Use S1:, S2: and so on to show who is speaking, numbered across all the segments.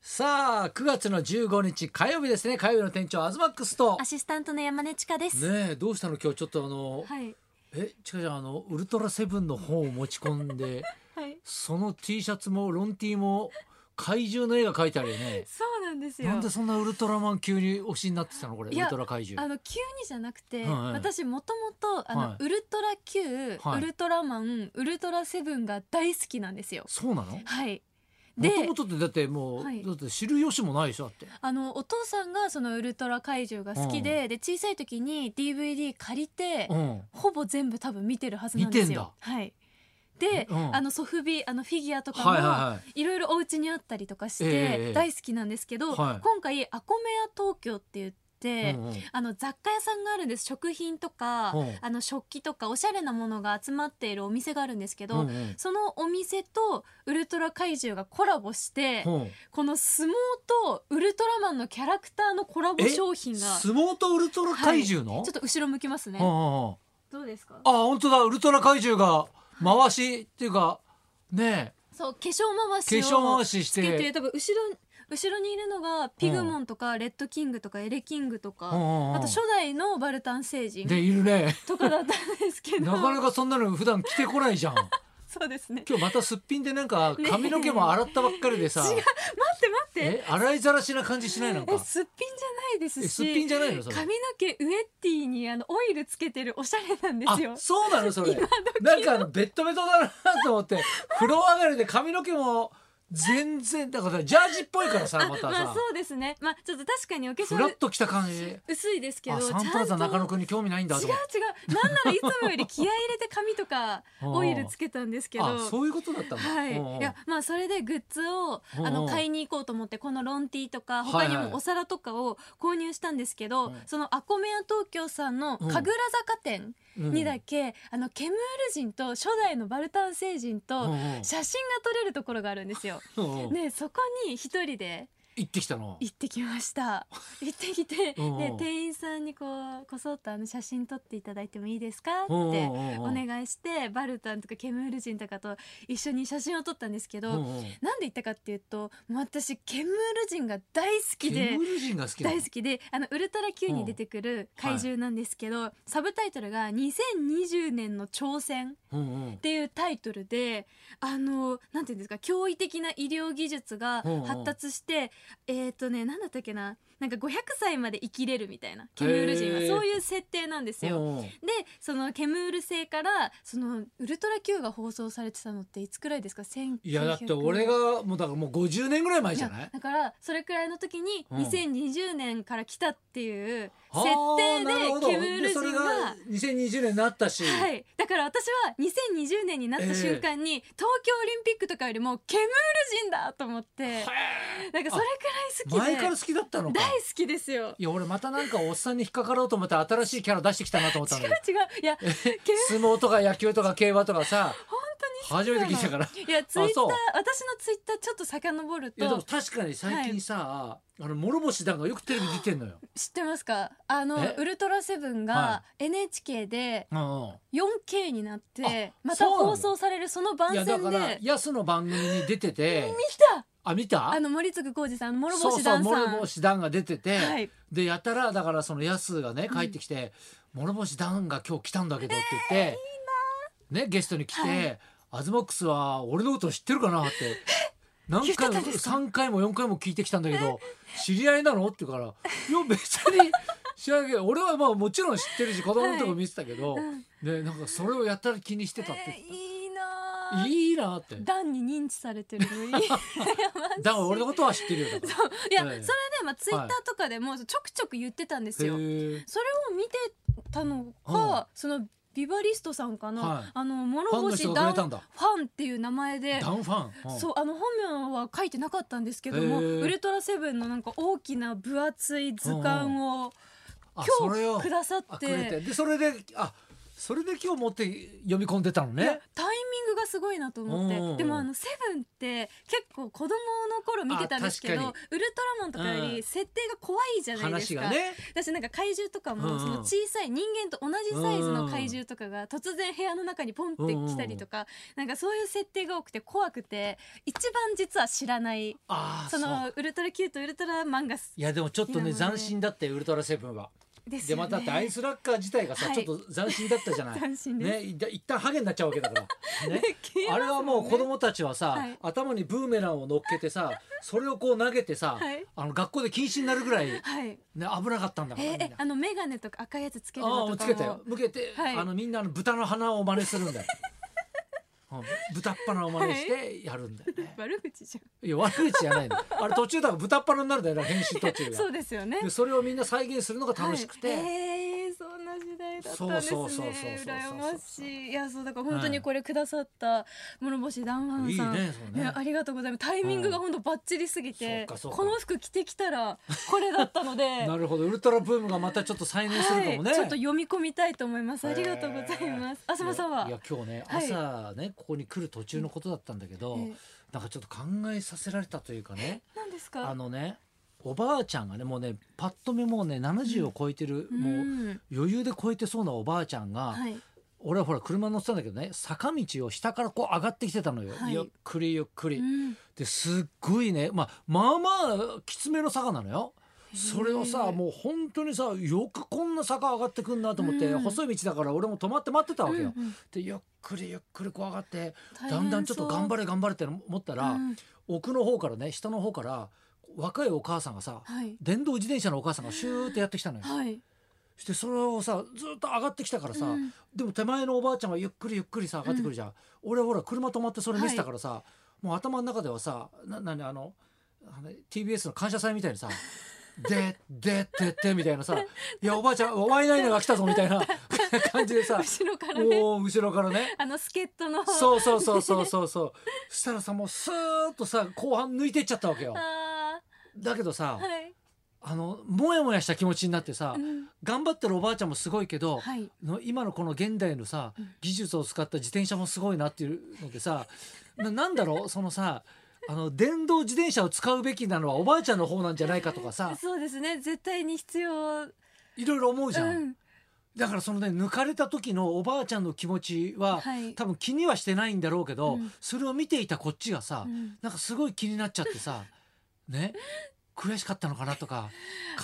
S1: さあ9月の15日火曜日ですね火曜日の店長アズマックスと
S2: アシスタントの山根千佳です。
S1: ねえどうしたの今日ちょっとあの、
S2: はい。
S1: えちかちゃんあのウルトラセブンの本を持ち込んで
S2: はい。
S1: その T シャツもロン T も怪獣の絵が描いてあるよね
S2: そうなんですよ。
S1: なんでそんなウルトラマン急に推しになってきたのこれウ
S2: いや
S1: ルトラ怪
S2: あ
S1: 獣
S2: の急にじゃなくて、
S1: はいはい
S2: 私もともとあの、
S1: はい
S2: ウルトラ Q、
S1: はい
S2: ウルトラマン、ウルトラセブンが大好きなんですよ。
S1: そうなの
S2: はい。
S1: も
S2: で、
S1: ともとってだってもう、
S2: はい
S1: だって知る由もないでしょだって
S2: あのお父さんがそのウルトラ怪獣が好きで、で小さい時に DVD 借りて、
S1: うん
S2: ほぼ全部多分見てるはずなんですよ。はい。で、
S1: うん
S2: あのソフビあのフィギュアとかも、
S1: はいはい
S2: ろいろお家にあったりとかし
S1: ええええ
S2: て大好きなんですけど、
S1: はい
S2: 今回アコメア東京って言っ
S1: い
S2: て、
S1: はい、うんうん
S2: あの雑貨屋さんがあるんです食品とか、
S1: うん
S2: あの食器とかおしゃれなものが集まっているお店があるんですけど、
S1: うんうん
S2: そのお店とウルトラ怪獣がコラボして、
S1: うん
S2: この相撲とウルトラマンのキャラクターのコラボ商品がち
S1: 相撲とウルトラ怪獣の、
S2: ょっと後ろ向きますね、
S1: うんうんうん
S2: どうですか
S1: あ本当だウルトラ怪獣が回しっていうかね
S2: そう化粧回
S1: え
S2: し
S1: 化粧
S2: を
S1: 回しし
S2: つけて
S1: て
S2: 多分後ろ後ろにいるのがピグモンとかレッドキングとかエレキングと
S1: うんう
S2: か
S1: んうん
S2: あと初代のバルタン星人
S1: でいるね
S2: とかだったんですけど
S1: なかなかそんなの普段着てこないじ ゃん
S2: そうですね
S1: 今日またすっぴんでなんか
S2: ねえ
S1: 髪の毛も洗ったばっかりでさ、
S2: 待って待って
S1: え洗いざらしな感じしないなんか
S2: えすっぴんじゃないで
S1: え
S2: すし
S1: すっぴんじゃないのそれ
S2: 髪の毛ウエッティにあのオイルつけてるおしゃれなんですよ
S1: あそうなのそれ
S2: 今時
S1: なんかあのベッドベトだなと思って風呂上がりで髪の毛も全然だからジャージっぽいからさ
S2: あ
S1: また
S2: まあ
S1: さ
S2: そうですねまあちょっと確かにお化
S1: ふらっ
S2: 粧
S1: ときた感じ
S2: 薄いですけど
S1: あ
S2: ち
S1: サンプ
S2: ゃ
S1: ラ
S2: ん
S1: ザ
S2: と
S1: 中野くんに興味ないんだ
S2: 違う
S1: と
S2: 違
S1: 思って
S2: うなんならいつもより気合い入れて髪 とかオイルつけたんですけど
S1: あそういうことだったんだ、
S2: はい、
S1: うんうん
S2: いやまあそれでグッズを
S1: うんうん
S2: あの買いに行こうと思ってこのロンティと
S1: は
S2: か
S1: いは
S2: 他
S1: い
S2: にもお皿とかを購入したんですけ
S1: う
S2: ど、
S1: ん
S2: そのアコメア東京さんの神楽坂店
S1: うん
S2: にだけ、あのケムール人と初代のバルタン星
S1: う
S2: 人
S1: んう
S2: と
S1: ん
S2: 写真が撮れるところがあるんですよ。
S1: うんうん
S2: でそこに一人で
S1: 行ってきたの。
S2: 行ってき ました行ってきてで
S1: うんうん
S2: 店員さんにこうこそっとあの写真撮っていただいてもいいですかって
S1: うんうん
S2: お
S1: うんうん
S2: 願いしてバルタンとかケムール人とかと一緒に写真を撮ったんですけ
S1: うん
S2: ど
S1: うん
S2: なんで行ったかっていうともう私ケムール人が大好き
S1: ケ
S2: で
S1: ム。ル人が好きなの
S2: 大好きであのウルトラ Q に出てくる怪獣なんですけど、サブタイトルが「2020年の挑戦」
S1: うんうん
S2: っ。ていうタイトルであのなんていうんですか驚異的な医療技術が
S1: うんうん
S2: 発達して、えっ、とねなんだったっけななんか500歳まで生きれるみたいなケムール人は
S1: へー
S2: そういう設定なんですよ。
S1: うんうん
S2: でそのケムール星からそのウルトラ Q が放送されてたのっていつくらいですか1900
S1: いやだって俺がもうだからもう50年ぐらい前じゃない
S2: やだからそれくらいの時に
S1: うん
S2: 2020年から来たっていう設
S1: あーなるほど
S2: 定でケムール
S1: でそれ
S2: 人が
S1: が2020年になったし、
S2: はい、だから私は2020年になった瞬間に、東京オリンピックとかよりもケムール人だと思って
S1: へ
S2: なんかそれくらい好き
S1: 前
S2: で
S1: から好きだったのか
S2: 大好きですよ
S1: いや俺またなんかおっさんに引っかかろうと思って新しいキャラ出してきたなと思ったん
S2: 違う違
S1: だけど
S2: ういやケム
S1: 相撲とか野球とか競馬とかさ
S2: 本
S1: 初めて聞いたから
S2: 当にいやツイッター私
S1: そう
S2: のツイッターちょっと遡る
S1: いやでも
S2: と
S1: 確かに最近さ、あの諸星だんがよくテレビ出てんのよ、
S2: 知ってますかあの
S1: え
S2: ウルトラセブンが
S1: は
S2: NHK で
S1: うんうん
S2: 4K になってまた
S1: そうなの
S2: 放送されるその番
S1: いや
S2: 宣
S1: だから
S2: で見
S1: ヤスの番組に出てて
S2: た
S1: あ見た
S2: あの森次浩二さん諸
S1: そうそ
S2: 星
S1: う
S2: 団さん
S1: 諸星団が出てて、
S2: はい
S1: でやたらだからそのヤスがね
S2: うん
S1: 帰ってきて「諸星団が今日来たんだけど」って言って、ねゲストに来て、
S2: はい
S1: アズマックスは俺のこと知ってるかな?」っ て何
S2: 言って
S1: 回も
S2: たんですか
S1: 3回も4回も聞いてきたんだけど「知り合いなの?」って言う から「いや別に知らないけど俺はまあもちろん知ってるし子供のとこ見てたけど、
S2: うん
S1: ねなんかそれをやたら気にしてたって言っ
S2: え
S1: て
S2: ーいいな
S1: た、
S2: ー
S1: いいなって。
S2: ダンに認知されてる のいい羨ましい
S1: だから俺のことは知ってるよだから。
S2: いや、
S1: ええ
S2: それでまあツイッターとかでもちょくちょく言ってたんです
S1: へ
S2: よ、
S1: え
S2: それを見てたのか、
S1: うん
S2: そのビバリストさんかな、
S1: はい
S2: あの
S1: ファ
S2: 諸
S1: ンの
S2: 星
S1: 人
S2: ダ
S1: がくれ
S2: ンフ
S1: た
S2: ァ
S1: んだ。
S2: ンっていう名前で
S1: ダウンファン。うん
S2: そうあの本名は書いてなかったんですけども、
S1: へえ
S2: ウルトラセブンのなんか大きな分厚い図鑑を
S1: あ
S2: 今
S1: それを
S2: 日くださ
S1: あ
S2: っ
S1: くれて
S2: て
S1: でそれであそれで今日持って読み込んでたの
S2: いや
S1: ね。
S2: タイミングがすごいなと思
S1: うんうんう
S2: っ
S1: ん
S2: てでもあの「セブンって結構子供の頃見てたんですけど「
S1: あ
S2: ウル
S1: 確
S2: トラマン」とかよ
S1: う
S2: り
S1: ん
S2: 設定が怖いじゃないで
S1: 話
S2: すか。
S1: がね。
S2: 私なんか怪獣とか
S1: うんう
S2: も
S1: ん
S2: その小さい人間と同じサイズの怪獣とかが突然部屋の中にポンって来たりとかなんかそういう設定が多くて怖くて一番実は知らない
S1: ああ、
S2: そ
S1: そう
S2: のウルトラキュートウルトラマンガス
S1: いやでもちょっとね
S2: なので
S1: 斬新だってウルトラセブンは。
S2: です
S1: で
S2: よね。
S1: まただってアイスラッカー自体がさ、
S2: はい
S1: ちょっと斬新だったじゃ ない。
S2: 斬新です。
S1: ね、い一旦ハゲになっちゃうわけだ から。ね。
S2: 消えますんね
S1: あれはもう子供たちはさ、
S2: はい
S1: 頭にブーメランを乗っけてさ、それをこう投げてさ、
S2: はい
S1: あの学校で禁止になるぐらい、ね、
S2: はい。
S1: 危なかったんだから
S2: え
S1: みんな。
S2: えあの眼鏡とか赤いやつつける
S1: あ
S2: の
S1: あ
S2: とか
S1: つ
S2: も
S1: けたよ向けて、
S2: はい
S1: あのみんなあの豚の鼻を真似するん だよ、うん、豚っ鼻を真似してやるんだよね、
S2: 悪口じ
S1: い、や悪口じゃないのあれ途中だから豚っ鼻になるんだよな編集途
S2: ゃ
S1: 中
S2: ん。
S1: が
S2: そうですよね
S1: で。それをみんな再現するのが楽しくて、
S2: はいえーそんな時代だったんですね。
S1: そうそうそうそうそうそう
S2: 羨ましい。いやそうだから本当にこれくださった諸星団
S1: い、
S2: ン
S1: い
S2: さん。
S1: ねそうね
S2: ねありがとうございますタイミングが本当バッチリすぎて、
S1: そうかそうか
S2: この服着てきたらこれだったの で
S1: なるほどウルトラブームがまたちょっと再燃するかもね、
S2: はい、ちょっと読み込みたいと思います
S1: へー
S2: ありがとうございます浅間さんはい
S1: やいや今日ね
S2: はい
S1: 朝ね、ここに来る途中のことだったんだけど、
S2: ええ
S1: なんかちょっと考えさせられたというかね
S2: 何ですか
S1: あのねおばあちゃんがねもうねパッと見もうね70を超えてる、もう
S2: うん
S1: 余裕で超えてそうなおばあちゃんが、
S2: はい
S1: 俺はほら車乗ってたんだけどね坂道を下からこう上がってきてたのよ、
S2: はい
S1: ゆっくりゆっくり、
S2: うん
S1: ですっごいね、まあ、まあまあきつめの坂なのよそれを
S2: へ
S1: さ
S2: え
S1: もう本当にさよくこんな坂上がってくんなと思って、
S2: うん
S1: 細い道だから俺も止まって待ってたわけよ、
S2: うんうん
S1: でゆっくりゆっくりこう上がって
S2: 大変
S1: だんだんちょっ
S2: そ
S1: と
S2: う
S1: 頑張れ頑張れって思ったら、
S2: うん
S1: 奥の方からね下の方から若いお母さんがさ、
S2: はい
S1: 電動自転車のお母さんがシューってやってきたのよ。
S2: はい
S1: してそれをさずっと上がってきたからさ、
S2: うん
S1: でも手前のおばあちゃんはゆっくりゆっくりさ上がってくるじゃん、俺はほら車止まってそれ見せたからさ、もう頭の中ではさななにあのあの TBS の「感謝祭」みたいにさ 「でででで」みたいなさ「いやおばあちゃんワイナイナが来たぞ」みたいな 感じでさ
S2: 後ろからね
S1: おー後ろから ね
S2: あの助っ人の
S1: そうそうそうそうそうそうしたらさもうスーッとさ後半抜いてっちゃったわけよ
S2: あ
S1: だけどさ
S2: ーはい、
S1: あのモヤモヤした気持ちになってさ、
S2: うん
S1: 頑張ってるおばあちゃんもすごいけど、
S2: はい
S1: の今のこの現代のさ
S2: うん
S1: 技術を使った自転車もすごいなっていうのでさななんだろうそのさあの電動自転車を使うべきなのはおばあちゃんの方なんじゃないかとかさ
S2: そうですね絶対に必要
S1: いろいろ思うじゃん、
S2: うん
S1: だからそのね抜かれた時のおばあちゃんの気持ちは、
S2: はい
S1: 多分気にはしてないんだろうけど、
S2: うん
S1: それを見ていたこっちがさ、
S2: うん
S1: なんかすごい気になっちゃってさね悔しかったのかなと か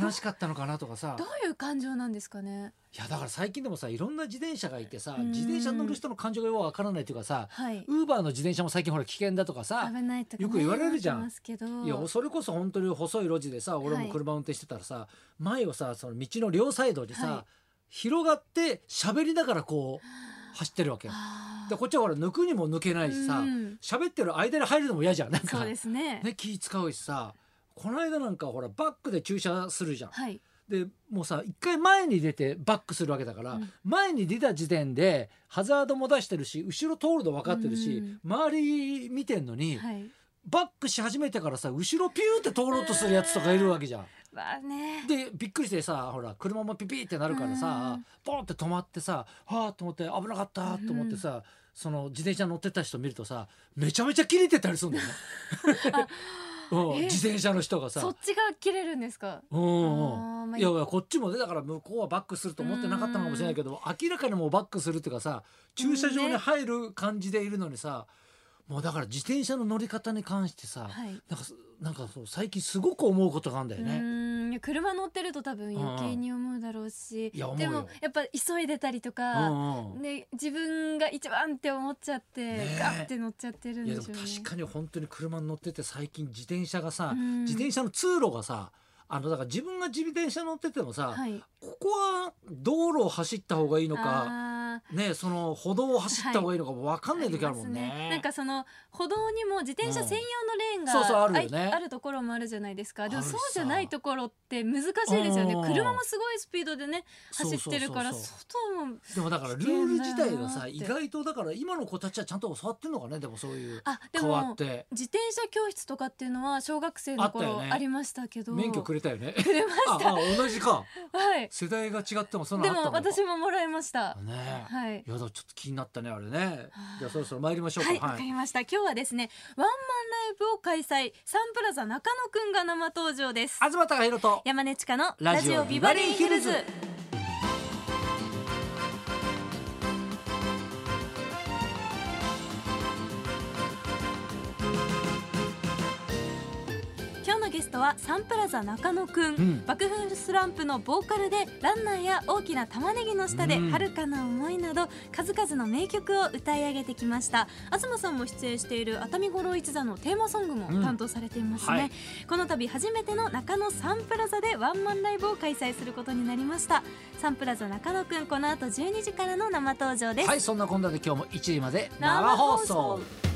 S1: 悲しかったのかなとかさ
S2: どういう感情なんですかね
S1: いやだから最近でもさいろんな自転車がいてさ
S2: うん
S1: 自転車乗る人の感情がよくわからないというかさ
S2: はい
S1: ウーバーの自転車も最近ほら危険だとかさ
S2: 危ないとか、ね、
S1: よく言われるじゃん
S2: なってますけど
S1: いやそれこそ本当に細い路地でさ俺も車運転してたらさ、前をさその道の両サイドにさ、
S2: は
S1: 広がって喋りながらこう走ってるわけよ。
S2: あー
S1: でこっちはほら抜くにも抜けないしさ
S2: うん
S1: 喋、ってる間に入るのも嫌じゃんなん
S2: そ
S1: か
S2: うですね
S1: ね気使うしさこの間なんかほらバックで駐車するじゃん。
S2: はい
S1: でもうさ一回前に出てバックするわけだから、
S2: うん
S1: 前に出た時点でハザードも出してるし後ろ通るの分かってるし、
S2: うん
S1: 周り見てんのに、
S2: はい
S1: バックし始めてからさ後ろピューって通ろうとするやつとかいるわけじゃん。
S2: まあね
S1: でびっくりしてさほら車もピピってなるからさ
S2: うん
S1: ポンって止まってさはあと思って危なかったと思ってさ、その自転車乗ってた人見るとさめちゃめちゃ切れてたりするん だよね。 うん
S2: え
S1: 自転車の人がさ
S2: そっちが切れるんですか
S1: うんうん
S2: あーまあ
S1: いやいやこっちもねだから向こうはバックすると思ってなかったのかもしれないけど明らかにもうバックするっていうかさ駐車場に入る感じでいるのにさ、もうだから自転車の乗り方に関してさ、
S2: はい、
S1: なんかすなんかそう最近すごく思うことがあるんだよ
S2: う
S1: ね。
S2: ーんいや車乗ってると多分余計に思うだろうし、
S1: うんいや思う
S2: で
S1: よ
S2: もやっぱ急いでたりと
S1: う
S2: か、
S1: んうん
S2: ね、自分が一番って思っちゃって、
S1: ねえ
S2: ガッて乗っちゃってるん
S1: い
S2: で
S1: や
S2: し
S1: で
S2: ょ
S1: も
S2: うね。
S1: 確かに本当に車に乗ってて最近自転車がさ、
S2: うん
S1: 自転車の通路がさあのだから自分が自転車乗っててもさ、
S2: はい、
S1: ここは道路を走った方がいいのか、
S2: あ
S1: ね、その歩道を走った方がいいのか分か
S2: ー
S1: んない時あるもんね。
S2: りますなんかその歩道にも自転車専用のレーンが、
S1: うんそうそうあるよね
S2: ああるところもあるじゃないですか。でも
S1: ある
S2: そ
S1: さ
S2: うじゃないところって難しいですよね
S1: うん。
S2: 車もすごいスピードでね
S1: そう
S2: 走
S1: そ
S2: っ
S1: うそうそう
S2: てるから外も
S1: でもだからルール自体が
S2: 危険だな
S1: さ
S2: って
S1: 意外とだから今の子たちはちゃんと教わってんのかねでもそういう
S2: あで
S1: 変わっ
S2: も
S1: て
S2: 自転車教室とかっていうのは小学生の
S1: あった
S2: 頃
S1: よね
S2: ありましたけど。
S1: 免許くれたよね
S2: くれまし
S1: ああ同じか
S2: た。はい。
S1: 世代が違ってもそんな
S2: で
S1: のあった
S2: も
S1: のか
S2: 私ももらいました。
S1: ねえね。
S2: はい
S1: いやだからちょっと気になったねあれね
S2: はあ。
S1: じゃあそろそろ参りましょうか。
S2: はい、わ、かりました。今日はですね、ワンマンライブを開催、サンプラザ中野くんが生登場です。
S1: 東貴博と
S2: 山根千佳の
S1: ラ
S2: ラ
S1: ジ
S2: ジ
S1: オ
S2: オ
S1: ビ
S2: ビ
S1: バ
S2: バ
S1: リ
S2: リ
S1: ー
S2: ー
S1: ヒ
S2: ヒ
S1: ル
S2: ル
S1: ズ
S2: ズ。今日のゲストはサンプラザ中野くん、
S1: ん
S2: 爆風スランプのボーカルでランナーや大きな玉ねぎの下で
S1: うん
S2: 遥かな思いなど数々の名曲を歌い上げてきました東さんも出演している熱海五郎一座のテーマソングも担当されていますね、
S1: うんはい
S2: この度初めての中野サンプラザでワンマンライブを開催することになりましたサンプラザ中野くんこの後12時からの生登場です、
S1: はいそんなこんなで今日も1時まで
S2: 生
S1: 生
S2: 放
S1: 放
S2: 送
S1: 送。